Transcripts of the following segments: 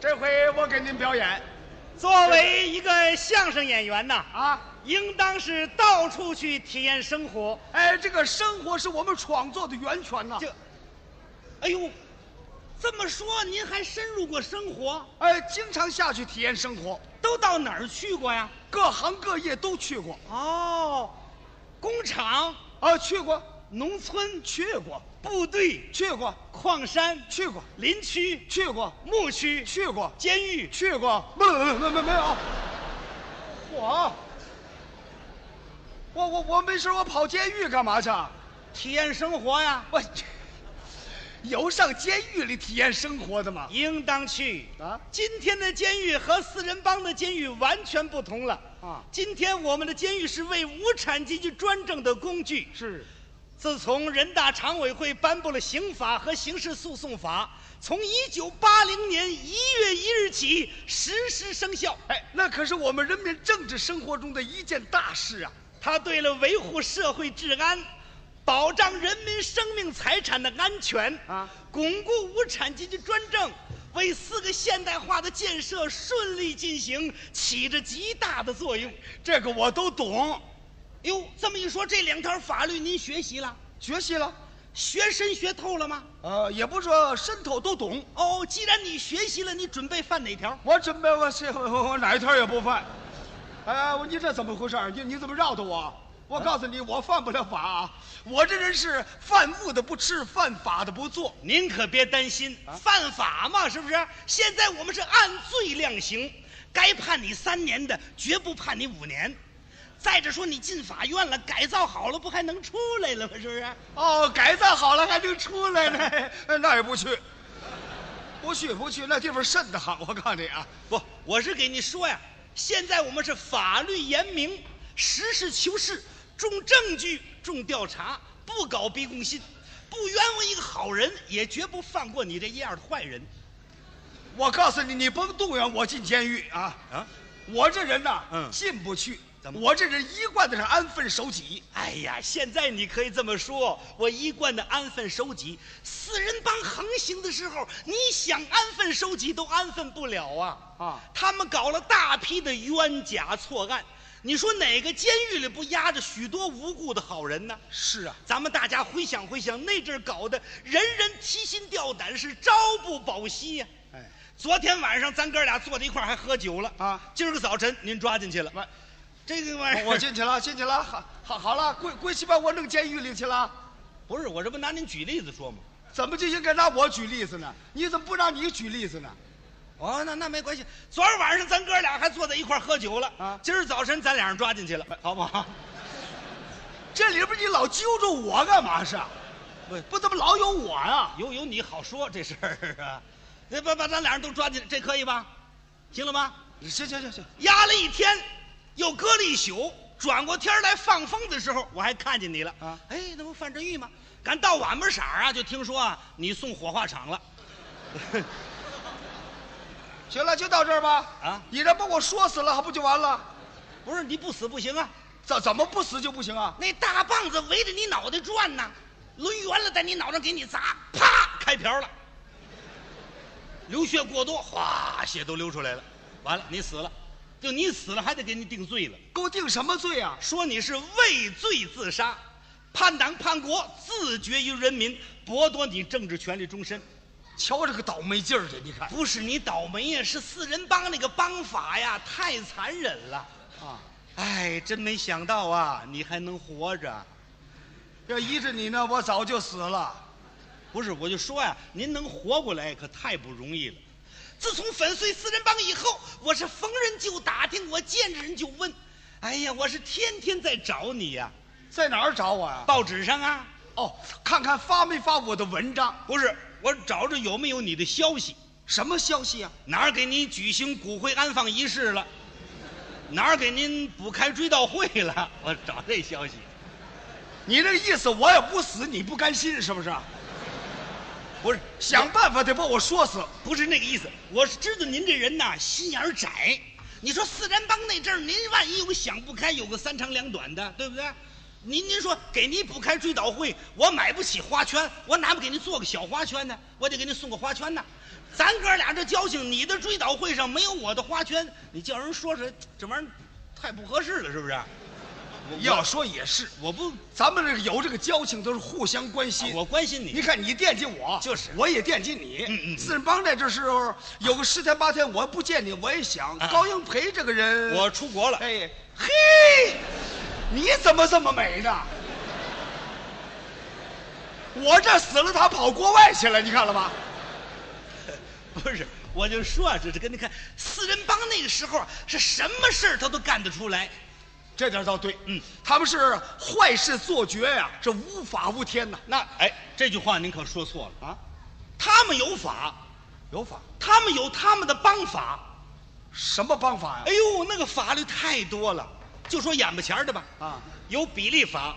这回我给您表演作为一个相声演员呐，啊！应当是到处去体验生活。哎，这个生活是我们创作的源泉呐、这，哎呦，这么说您还深入过生活？哎，经常下去体验生活，都到哪儿去过呀？各行各业都去过哦，工厂、啊，去过，农村、去过，部队、去过，矿山、去过，林区、去过，牧区、去过，监狱。去过，不不不不没有。我，我我我没事，我跑监狱干嘛去？啊体验生活呀，我，有上监狱里体验生活的吗？应当去。啊今天的监狱和四人帮的监狱完全不同了。啊，今天我们的监狱是为无产阶级专政的工具。是，自从人大常委会颁布了刑法和刑事诉讼法，从一九八零年一月一日起实施生效。哎，那可是我们人民政治生活中的一件大事啊！它对了维护社会治安、保障人民生命财产的安全啊巩固无产阶级专政，为四个现代化的建设顺利进行起着极大的作用。这个我都懂，哟，这么一说，这两条法律您学习了，学习了，学深学透了吗？呃，也不说渗透都懂。哦，既然你学习了，你准备犯哪条？我准备我是我我我哪一天也不犯。哎，我你这怎么回事儿？你你怎么绕的我？我告诉你，我犯不了法啊！我这人是犯物的不吃，犯法的不做。您可别担心，犯法嘛，是不是？现在我们是按罪量刑，该判你三年的，绝不判你五年。再者说，你进法院了，改造好了，不还能出来了吗？是不是？哦，改造好了还能出来呢？ 哎那也不去，不去不去，那地方瘆得慌。我告诉你啊，不，我是给你说呀，现在我们是法律严明，实事求是，重证据，重调查，不搞逼供信，不冤枉一个好人，也绝不放过你这一样的坏人。我告诉你，你甭动员我进监狱啊！啊，我这人呐，嗯进不去。怎么我这人一贯的是安分守己。哎呀，现在你可以这么说，我一贯的安分守己。四人帮横行的时候，你想安分守己都安分不了啊！啊他们搞了大批的冤假错案，你说哪个监狱里不压着许多无辜的好人呢？是啊，咱们大家回想回想，那阵儿搞得人人提心吊胆，是朝不保夕呀、哎，昨天晚上咱哥俩坐在一块儿还喝酒了啊今儿个早晨您抓进去了，完。这个玩意儿我我进去了， 进去了，好，好，好了，归归西把我弄监狱里去了。不是我这不拿您举例子说吗？怎么就应该拿我举例子呢？你怎么不拿你举例子呢？哦，那那没关系。昨儿晚上咱哥俩还坐在一块儿喝酒了啊哎今儿早晨咱俩人抓进去了，好不好？这里边你老揪着我干嘛是？不，不怎么老有我呀、有有你好说这事儿啊，那把把咱俩人都抓进来，这可以吧？行了吧？行行行行，压了一天，又搁了一宿，转过天儿来放风的时候，我还看见你了啊哎，那不范振玉吗？赶到晚门色儿啊，就听说啊你送火化场了，行了，就到这儿吧。啊你这把我说死了，还不就完了？不是你不死不行啊！怎怎么不死就不行啊？那大棒子围着你脑袋转呐，抡圆了在你脑上给你砸，啪，开瓢了，流血过多，哗，血都流出来了，完了你死了，就你死了还得给你定罪了，给我定什么罪啊？说你是畏罪自杀，叛党叛国，自绝于人民，剥夺你政治权利终身。瞧这个倒霉劲儿的，你看不是你倒霉呀，是四人帮那个帮法呀，太残忍了。啊，哎，真没想到啊，你还能活着。要依着你呢，我早就死了。不是，我就说呀、您能活过来可太不容易了。自从粉碎四人帮以后，我是逢人就打听，我见着人就问。哎呀，我是天天在找你呀、在哪儿找我呀、报纸上啊，哦，看看发没发我的文章，不是，我找着有没有你的消息，什么消息啊？哪儿给您举行骨灰安放仪式了，哪儿给您补开追悼会了，我找这消息。你这个意思，我也不死，你不甘心是不是？啊不是，想办法得把我说死。不是那个意思，我是知道您这人呐心眼儿窄。你说四人帮那阵儿，您万一有个想不开，有个三长两短的，对不对？您您说给您补开追悼会，我买不起花圈，我哪怕给您做个小花圈呢？我得给您送个花圈呢。咱哥俩这交情，你的追悼会上没有我的花圈，你叫人说说这玩意儿太不合适了，是不是？我要说也是，我不，咱们这个有这个交情，都是互相关心。啊我关心你你。看，你惦记我，就是我也惦记你。嗯嗯嗯四人帮在这时候有个十天八天，我不见你，我也想、啊高英培这个人。我出国了，哎嘿，你怎么这么美呢？我这死了，他跑国外去了，你看了吧？ 不是，我就说啊这是跟你看四人帮那个时候啊是什么事儿他都干得出来。这点倒对，嗯，他们是坏事做绝呀、是无法无天呐、那哎，这句话您可说错了，啊，他们有法，有法，他们有他们的帮法。什么帮法呀、哎呦，那个法律太多了，就说眼巴前儿的吧，啊，有比例法，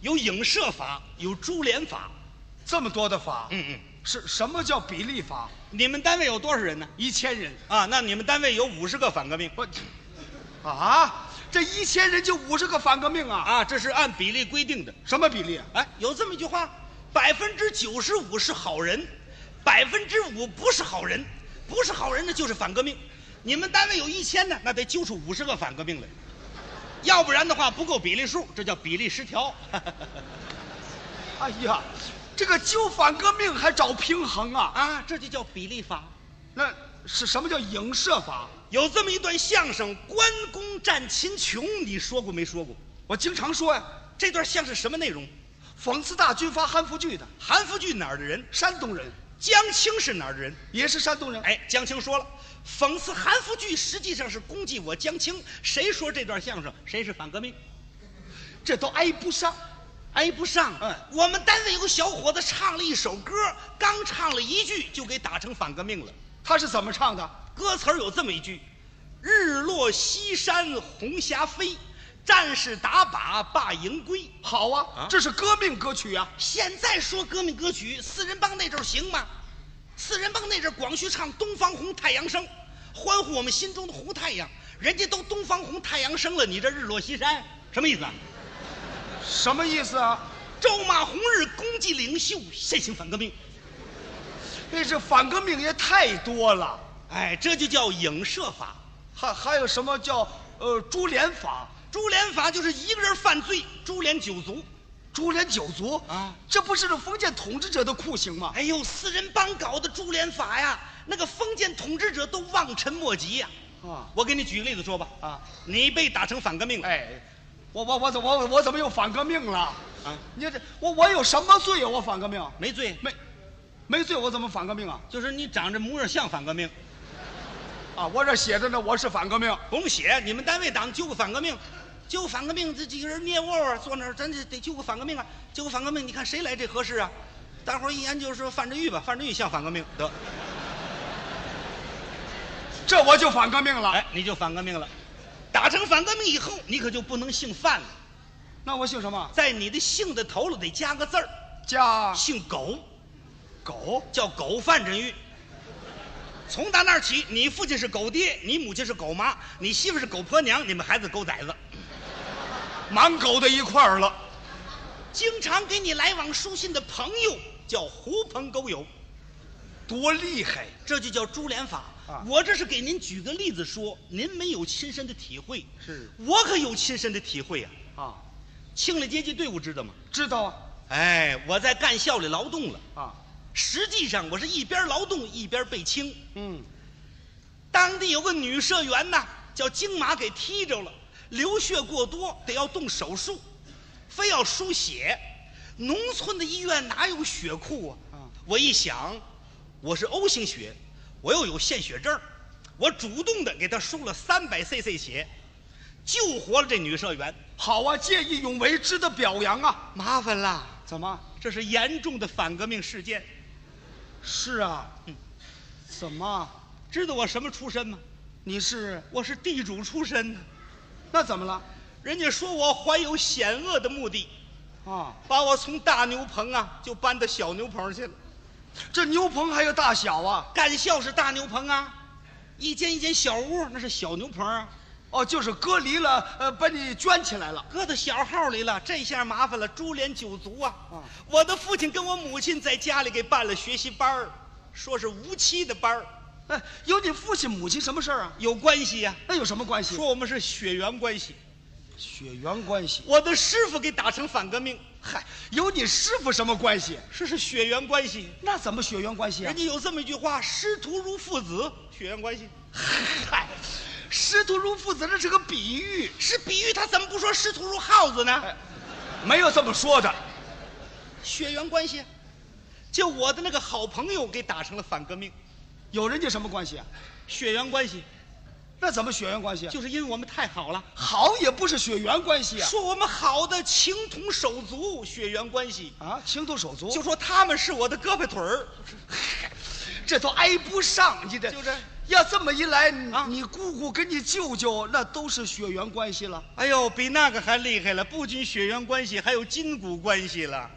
有影射法，有株连法。这么多的法，嗯嗯，是什么叫比例法？你们单位有多少人呢？一千人，啊，那你们单位有五十个反革命我，啊，这一千人就五十个反革命啊？啊，这是按比例规定的。什么比例、啊？哎，有这么一句话：百分之九十五是好人，百分之五不是好人，不是好人呢就是反革命。你们单位有一千呢，那得揪出五十个反革命来，要不然的话不够比例数，这叫比例失调。 哎呀，这个揪反革命还找平衡啊？啊，这就叫比例法。那是什么叫影射法？有这么一段相声《关公战秦琼》，你说过没说过？我经常说呀、这段相声什么内容？讽刺大军阀韩复榘的，韩复榘哪儿的人？山东人，江青是哪儿的人？也是山东人。哎，江青说了，讽刺韩复榘实际上是攻击我江青。谁说这段相声谁是反革命？这都挨不上。挨哎不上。嗯我们单位有个小伙子唱了一首歌，刚唱了一句就给打成反革命了。他是怎么唱的？歌词儿有这么一句：“日落西山红霞飞，战士打靶把营归。”好啊，啊这是革命歌曲啊！现在说革命歌曲，四人帮那阵儿行吗？四人帮那阵儿光绪唱《东方红太阳升》，欢呼我们心中的红太阳。人家都东方红太阳升了，你这日落西山，什么意思啊？什么意思啊？咒骂红日，攻击领袖，现行反革命。那这反革命也太多了，哎，这就叫影射法。还还有什么叫呃株连法、株连法就是一个人犯罪，株连九族。株连九族啊这不是这封建统治者的酷刑吗？哎呦，四人帮搞的株连法呀，那个封建统治者都望尘莫及呀、啊我给你举个例子说吧，啊！你被打成反革命了，哎，我我我怎我我怎么又反革命了？啊，你这我我有什么罪啊？我反革命没罪，没没罪，我怎么反革命啊？就是你长这模样像反革命，啊，我这写着呢，我是反革命。不用写，你们单位党揪个反革命，揪个反革命，这几个人捏窝窝坐那儿，咱这得揪个反革命啊，揪个反革命，你看谁来这合适啊？大伙儿一研究说范振钰吧，范振钰像反革命，得，这我就反革命了。哎，你就反革命了。打成反革命以后，你可就不能姓范了，那我姓什么？在你的姓的头了得加个字儿，加姓狗，狗。叫狗范振钰。从打那儿起，你父亲是狗爹，你母亲是狗妈，你媳妇是狗婆娘，你们孩子狗崽子。满狗的一块儿了。经常给你来往书信的朋友叫狐朋狗友，多厉害！这就叫株连法。啊我这是给您举个例子说，您没有亲身的体会，是我可有亲身的体会呀、啊，清理阶级队伍知道吗？知道啊哎，我在干校里劳动了，啊，实际上我是一边劳动一边被清。嗯，当地有个女社员呐，叫金马给踢着了，流血过多，得要动手术，非要输血。农村的医院哪有血库啊？嗯我一想，我是 O 型血，我又有献血症，我主动的给她输了三百 CC 血，救活了这女社员。好啊，见义勇为，值得表扬啊。麻烦啦，怎么？这是严重的反革命事件。是啊，嗯怎么？知道我什么出身吗？你是？我是地主出身呢。那怎么了？人家说我怀有险恶的目的。啊，把我从大牛棚啊就搬到小牛棚去了。这牛棚还有大小啊？干校是大牛棚啊，一间一间小屋那是小牛棚啊，哦，就是隔离了，呃，把你圈起来了。搁到小号里了。这下麻烦了，株连九族啊！啊我的父亲跟我母亲在家里给办了学习班儿，说是无期的班儿，哎，有你父亲母亲什么事儿啊？有关系呀、那有什么关系？说我们是血缘关系，血缘关系。我的师傅给打成反革命，嗨，有你师傅什么关系？这是血缘关系。那怎么血缘关系啊人？家有这么一句话：“师徒如父子”，血缘关系 嗨，师徒如父子，这是个比喻，是比喻，他怎么不说师徒如耗子呢？哎没有这么说的。血缘关系，啊就我的那个好朋友给打成了反革命，有人家什么关系啊？血缘关系，那怎么血缘关系啊？就是因为我们太好了，好也不是血缘关系啊。说我们好的情同手足，血缘关系，啊，情同手足，就说他们是我的胳膊腿儿，这都挨不上，你这就这要这么一来，你啊你姑姑跟你舅舅那都是血缘关系了，哎呦，比那个还厉害了！不仅血缘关系，还有筋骨关系了。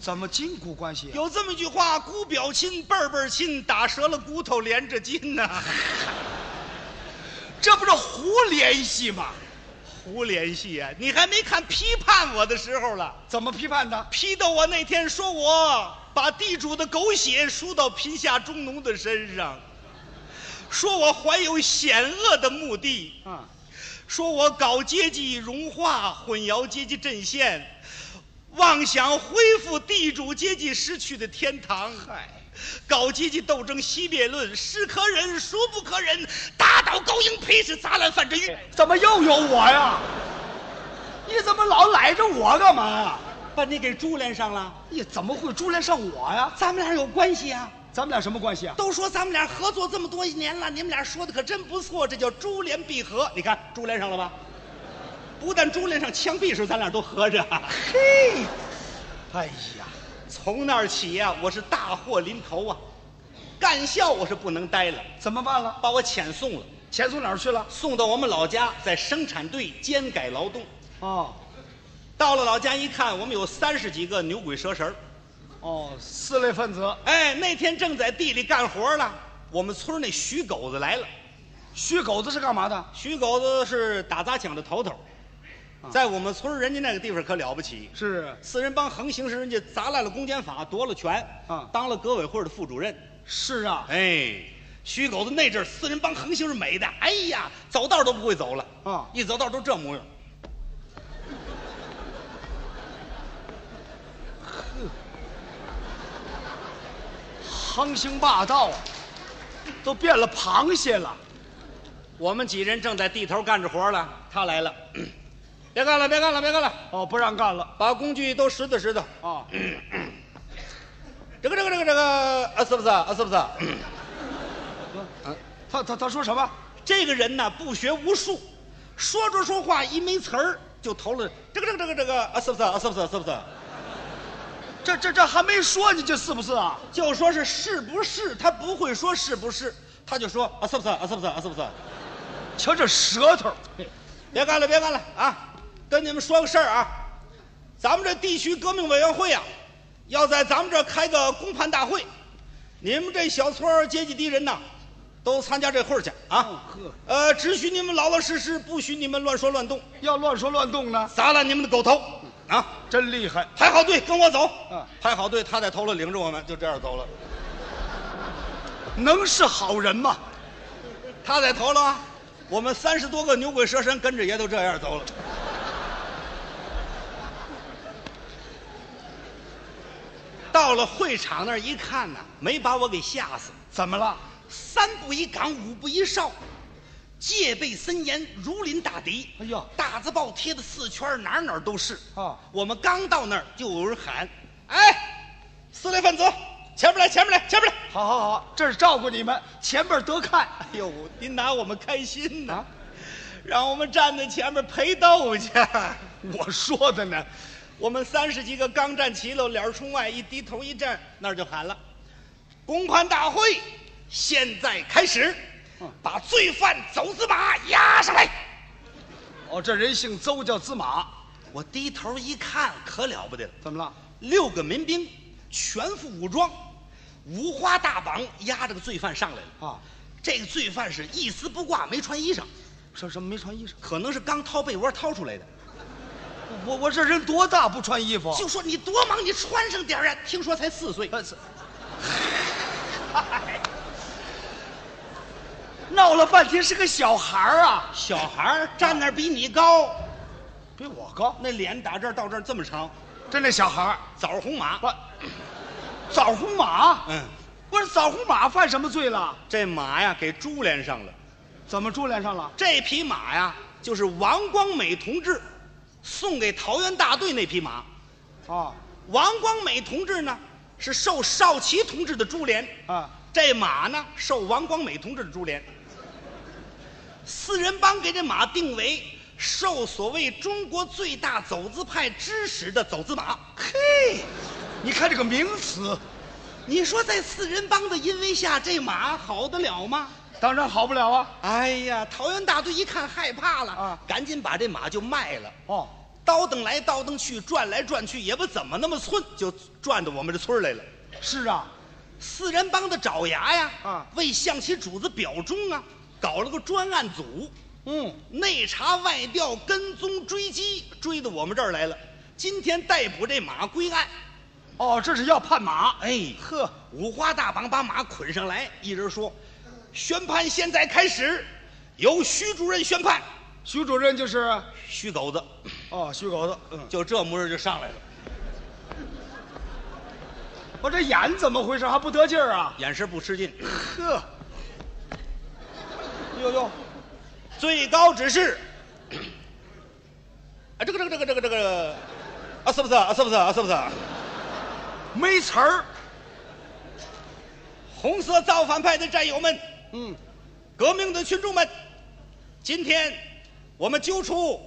怎么筋骨关系啊？有这么一句话：“姑表亲，辈儿辈儿亲，打折了骨头连着筋 呐、这不是胡联系吗？胡联系呀、你还没看批判我的时候了。怎么批判的？批斗我那天说我把地主的狗血输到贫下中农的身上，说我怀有险恶的目的，啊，说我搞阶级融化，混淆阶级阵线，妄想恢复地主阶级失去的天堂。嗨，搞阶级斗争熄灭论，是可忍，孰不可忍？打倒狗蝇皮是砸烂范振钰。怎么又有我呀？你怎么老赖着我干嘛呀？把你给株连上了，你怎么会株连上我呀？咱们俩有关系啊！咱们俩什么关系啊？都说咱们俩合作这么多年了，你们俩说的可真不错，这叫珠联璧合。你看珠连上了吧？不但珠连上，枪毙时候咱俩都合着。 嘿，哎呀，从那儿起呀、我是大祸临头啊！干校我是不能待了，怎么办了？把我遣送了，钱送哪儿去了？送到我们老家，在生产队监改劳动。哦，到了老家一看，我们有三十几个牛鬼蛇神儿哦，四类分子，哎，那天正在地里干活呢，我们村儿那徐狗子来了。虚狗子是干嘛的？徐狗子是打砸抢的头头啊，在我们村儿人家那个地方可了不起。是四人帮横行时，人家砸烂了公检法，夺了权，啊当了革委会的副主任。是啊，哎，徐狗子那阵儿四人帮横行是美的，哎呀，走道都不会走了啊一走道都这模样。横行霸道啊，都变了螃蟹了。我们几人正在地头干着活了，他来了， 别干了，别干了，别干了，哦，不让干了把工具都拾掇拾掇。啊！这个这个这个这个啊，是不是啊？是不是？他他他说什么？这个人呢，不学无术，说着说话一没词儿就投了这个这个这个这个啊，是不是啊？是不是？是不是？这这这还没说呢，这是不是啊？就说是是不是？他不会说是不是，他就说啊，是不是啊？是不是啊？是不是？瞧这舌头，别干了，别干了啊！跟你们说个事儿啊，咱们这地区革命委员会啊，要在咱们这儿开个公判大会，你们这小村儿阶级敌人呐，都参加这会儿去哦啊呵。呃，只许你们老老实实，不许你们乱说乱动，要乱说乱动呢，砸烂你们的狗头啊！真厉害。排好队，跟我走啊。排好队，他在头了领着我们，就这样走了。能是好人吗？他在头了啊，我们三十多个牛鬼蛇神跟着也都这样走了。到了会场那儿一看呐，没把我给吓死。怎么了？三步一岗，五步一哨，戒备森严，如临大敌。哎呀大字报贴的四圈，哪儿哪儿都是啊我们刚到那儿，就有人喊：“哎，四类分子，前面来，前面来，前面来！”好好好，这是照顾你们，前边得看哎呦，您拿我们开心呐、啊！让我们站在前面陪斗去。 我说的呢，我们三十几个刚站齐了，脸儿冲外一低头一站，那儿就喊了：“公判大会现在开始嗯，把罪犯走字马押上来。”哦，这人姓邹叫资马，我低头一看，可了不得了，怎么了？六个民兵全副武装，五花大绑押着个罪犯上来了。啊，这个罪犯是一丝不挂，没穿衣裳，这什么没穿衣裳？可能是刚掏被窝掏出来的。我我这人多大不穿衣服？就说你多忙，你穿上点儿啊！听说才四岁，呃是嗨闹了半天是个小孩儿啊，小孩儿站那儿比你高，比我高。那脸打这儿到这儿这么长，真那小孩儿，枣红马。我枣红马，嗯，不是枣红马犯什么罪了？这马呀给株连上了。怎么株连上了？这匹马呀，就是王光美同志送给桃园大队那匹马。啊王光美同志呢，是受少奇同志的株连，啊，这马呢受王光美同志的株连。四人帮给这马定为受所谓中国最大走资派支持的走资马。嘿，你看这个名词，你说在四人帮的淫威下，这马好得了吗？当然好不了啊。哎呀，桃园大队一看害怕了，啊赶紧把这马就卖了。哦，倒腾来倒腾去，转来转去，也不怎么那么寸，就转到我们这村儿来了。是啊，四人帮的爪牙呀，啊为象棋主子表忠啊，搞了个专案组，嗯，内查外调，跟踪追击，追到我们这儿来了。今天逮捕这马归案，哦，这是要判马。哎，呵，五花大绑把马捆上来。一人说：“宣判现在开始，由徐主任宣判。徐主任就是，”徐狗子哦，徐狗子，嗯，就这模样就上来了，我这眼怎么回事？还不得劲儿啊？眼神不吃劲。呵，呦呦，最高指示。啊，这个这个这个这个这个，啊，是不是啊？是不是啊？是不是？没词儿。红色造反派的战友们，嗯，革命的群众们，今天我们揪出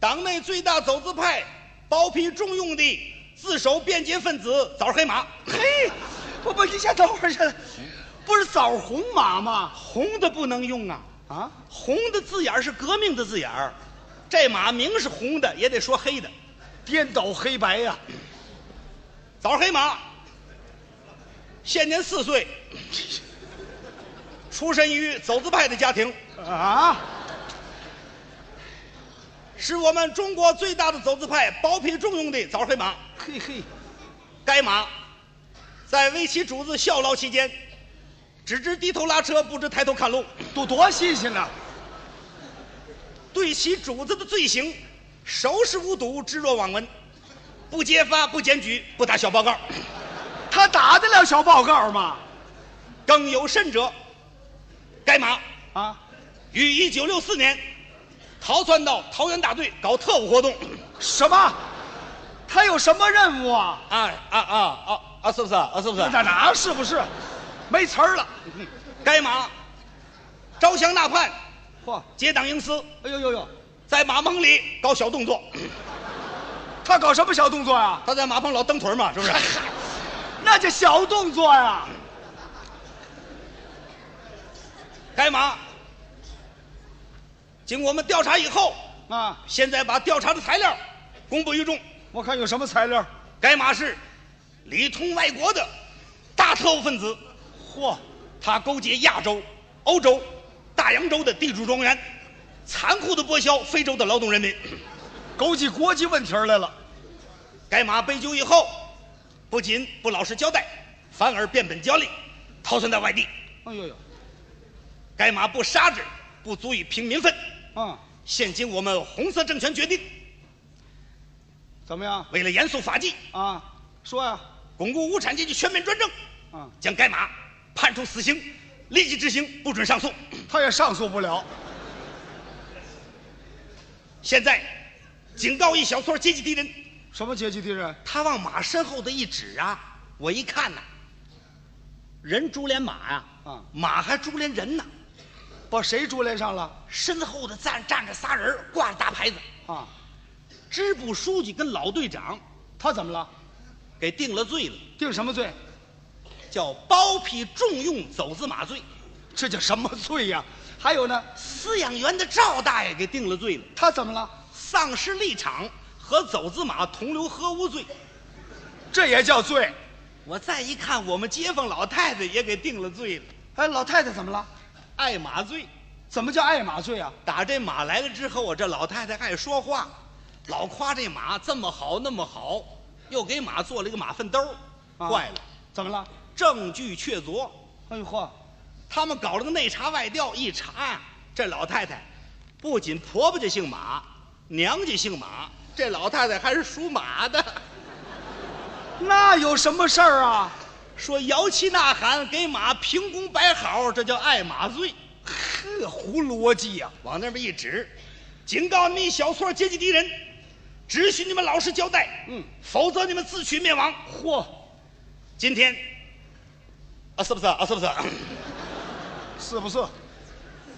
党内最大走资派、包庇重用的自首变节分子枣黑马，嘿，不不，你先等会儿去，不是枣红马吗？红的不能用啊，啊，红的字眼儿是革命的字眼儿，这马明是红的，也得说黑的。颠倒黑白呀、枣黑马，现年四岁，出身于走资派的家庭，啊！是我们中国最大的走资派包庇重用的枣黑马。嘿嘿，该马在为其主子效劳期间，只知低头拉车，不知抬头看路，都多新鲜呢！对其主子的罪行熟视无睹，置若罔闻，不揭发，不检举，不打小报告。他打得了小报告吗？更有甚者，该马啊，于一九六四年逃窜到桃园大队搞特务活动。什么？他有什么任务啊？啊啊啊啊啊！是不是啊？是不是？在哪儿？是不是？没词儿了。该马招降纳叛，嚯！结党营私，哎呦呦呦，在马棚里搞小动作。他搞什么小动作呀、他在马棚老蹬腿儿嘛，是不是？那叫小动作呀、该马经过我们调查以后，啊！现在把调查的材料公布于众。我看有什么材料。该马是里通外国的大特务分子，嚯！他勾结亚洲、欧洲、大洋洲的地主庄园，残酷的剥削非洲的劳动人民。勾起国际问题儿来了。该马被揪以后，不仅不老实交代，反而变本加厉，逃窜到外地。哎呦呦，该马不杀之，不足以平民愤。啊，现今我们红色政权决定，怎么样？为了严肃法纪，啊，说呀、巩固无产阶级全面专政，啊，将该马判处死刑，立即执行，不准上诉。他也上诉不了。现在，警告一小撮阶级敌人，什么阶级敌人？他往马身后的一指啊，我一看呐、人株连马呀、啊马还株连人呢。把谁株连上了？身后的站站着仨人，挂着大牌子。啊，支部书记跟老队长他怎么了？给定了罪了，定什么罪？叫包庇重用走资马罪。这叫什么罪呀、还有呢？饲养员的赵大爷给定了罪了，他怎么了？丧失立场和走资马同流合污罪。这也叫罪？我再一看，我们街坊老太太也给定了罪了，哎，老太太怎么了？爱马罪。怎么叫爱马罪啊？打这马来了之后，我这老太太爱说话，老夸这马这么好那么好，又给马做了一个马粪兜儿，啊坏了，怎么了？证据确凿，哎呦嚯，他们搞了个内查外调，一查呀，这老太太不仅婆婆家姓马，娘家姓马，这老太太还是属马的。那有什么事儿啊？说摇旗呐喊，给马平工摆好，这叫爱马罪。呵，胡逻辑呀、往那边一指，警告你们一小撮阶级敌人，只许你们老实交代，嗯，否则你们自取灭亡。嚯，今天，啊，是不是啊？ 是不是？是不是？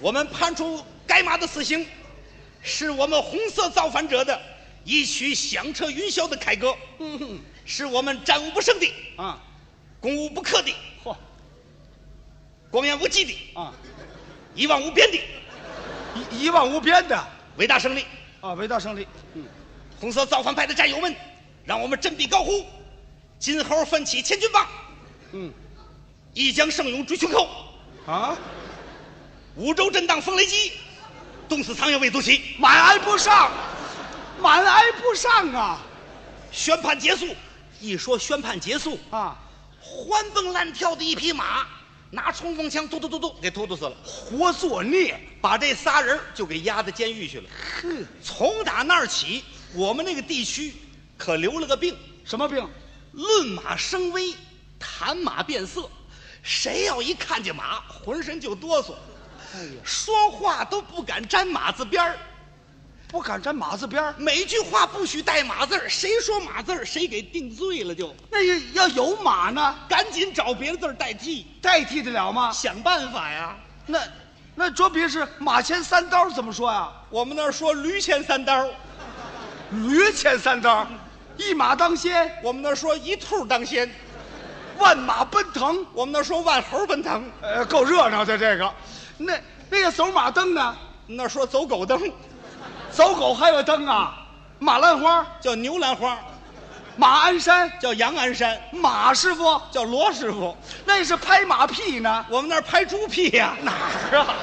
我们判处该马的死刑，是我们红色造反者的一曲响彻云霄的凯歌，嗯是我们战无不胜的、啊，攻无不克的、嚯国面无际的、啊，一望无边的一一望无边的伟大胜利。啊，伟大胜利。嗯，红色造反派的战友们，让我们振臂高呼，金猴奋起千钧棒，嗯，一将胜勇追群寇，啊，五洲震荡风雷击，冻死苍蝇未足奇。满挨不上，满挨不上啊宣判结束，一说宣判结束，啊！欢蹦乱跳的一匹马，拿冲锋枪突突突突给突突死了，活作孽，把这仨人就给押到监狱去了。呵，从打那儿起，我们那个地区可留了个病，什么病？论马生威，谈马变色。谁要一看见马，浑身就哆嗦，哎呦，说话都不敢沾马字边儿，不敢沾马字边儿，每句话不许带马字儿，谁说马字儿，谁给定罪了就。那要要有马呢，赶紧找别的字儿代替，代替得了吗？想办法呀！那那卓别是马前三刀怎么说啊呀、我们那儿说驴牵三刀，驴前三刀，一马当先，我们那儿说一兔当先，万马奔腾，我们那儿说万猴奔腾，呃，够热闹的这个。那那个走马灯呢？我们那儿说走狗蹬，走狗还有灯啊，马兰花，叫牛兰花，马鞍山，叫杨鞍山，马师傅，叫罗师傅。那是拍马屁呢。我们那儿拍猪屁呀、哪儿啊？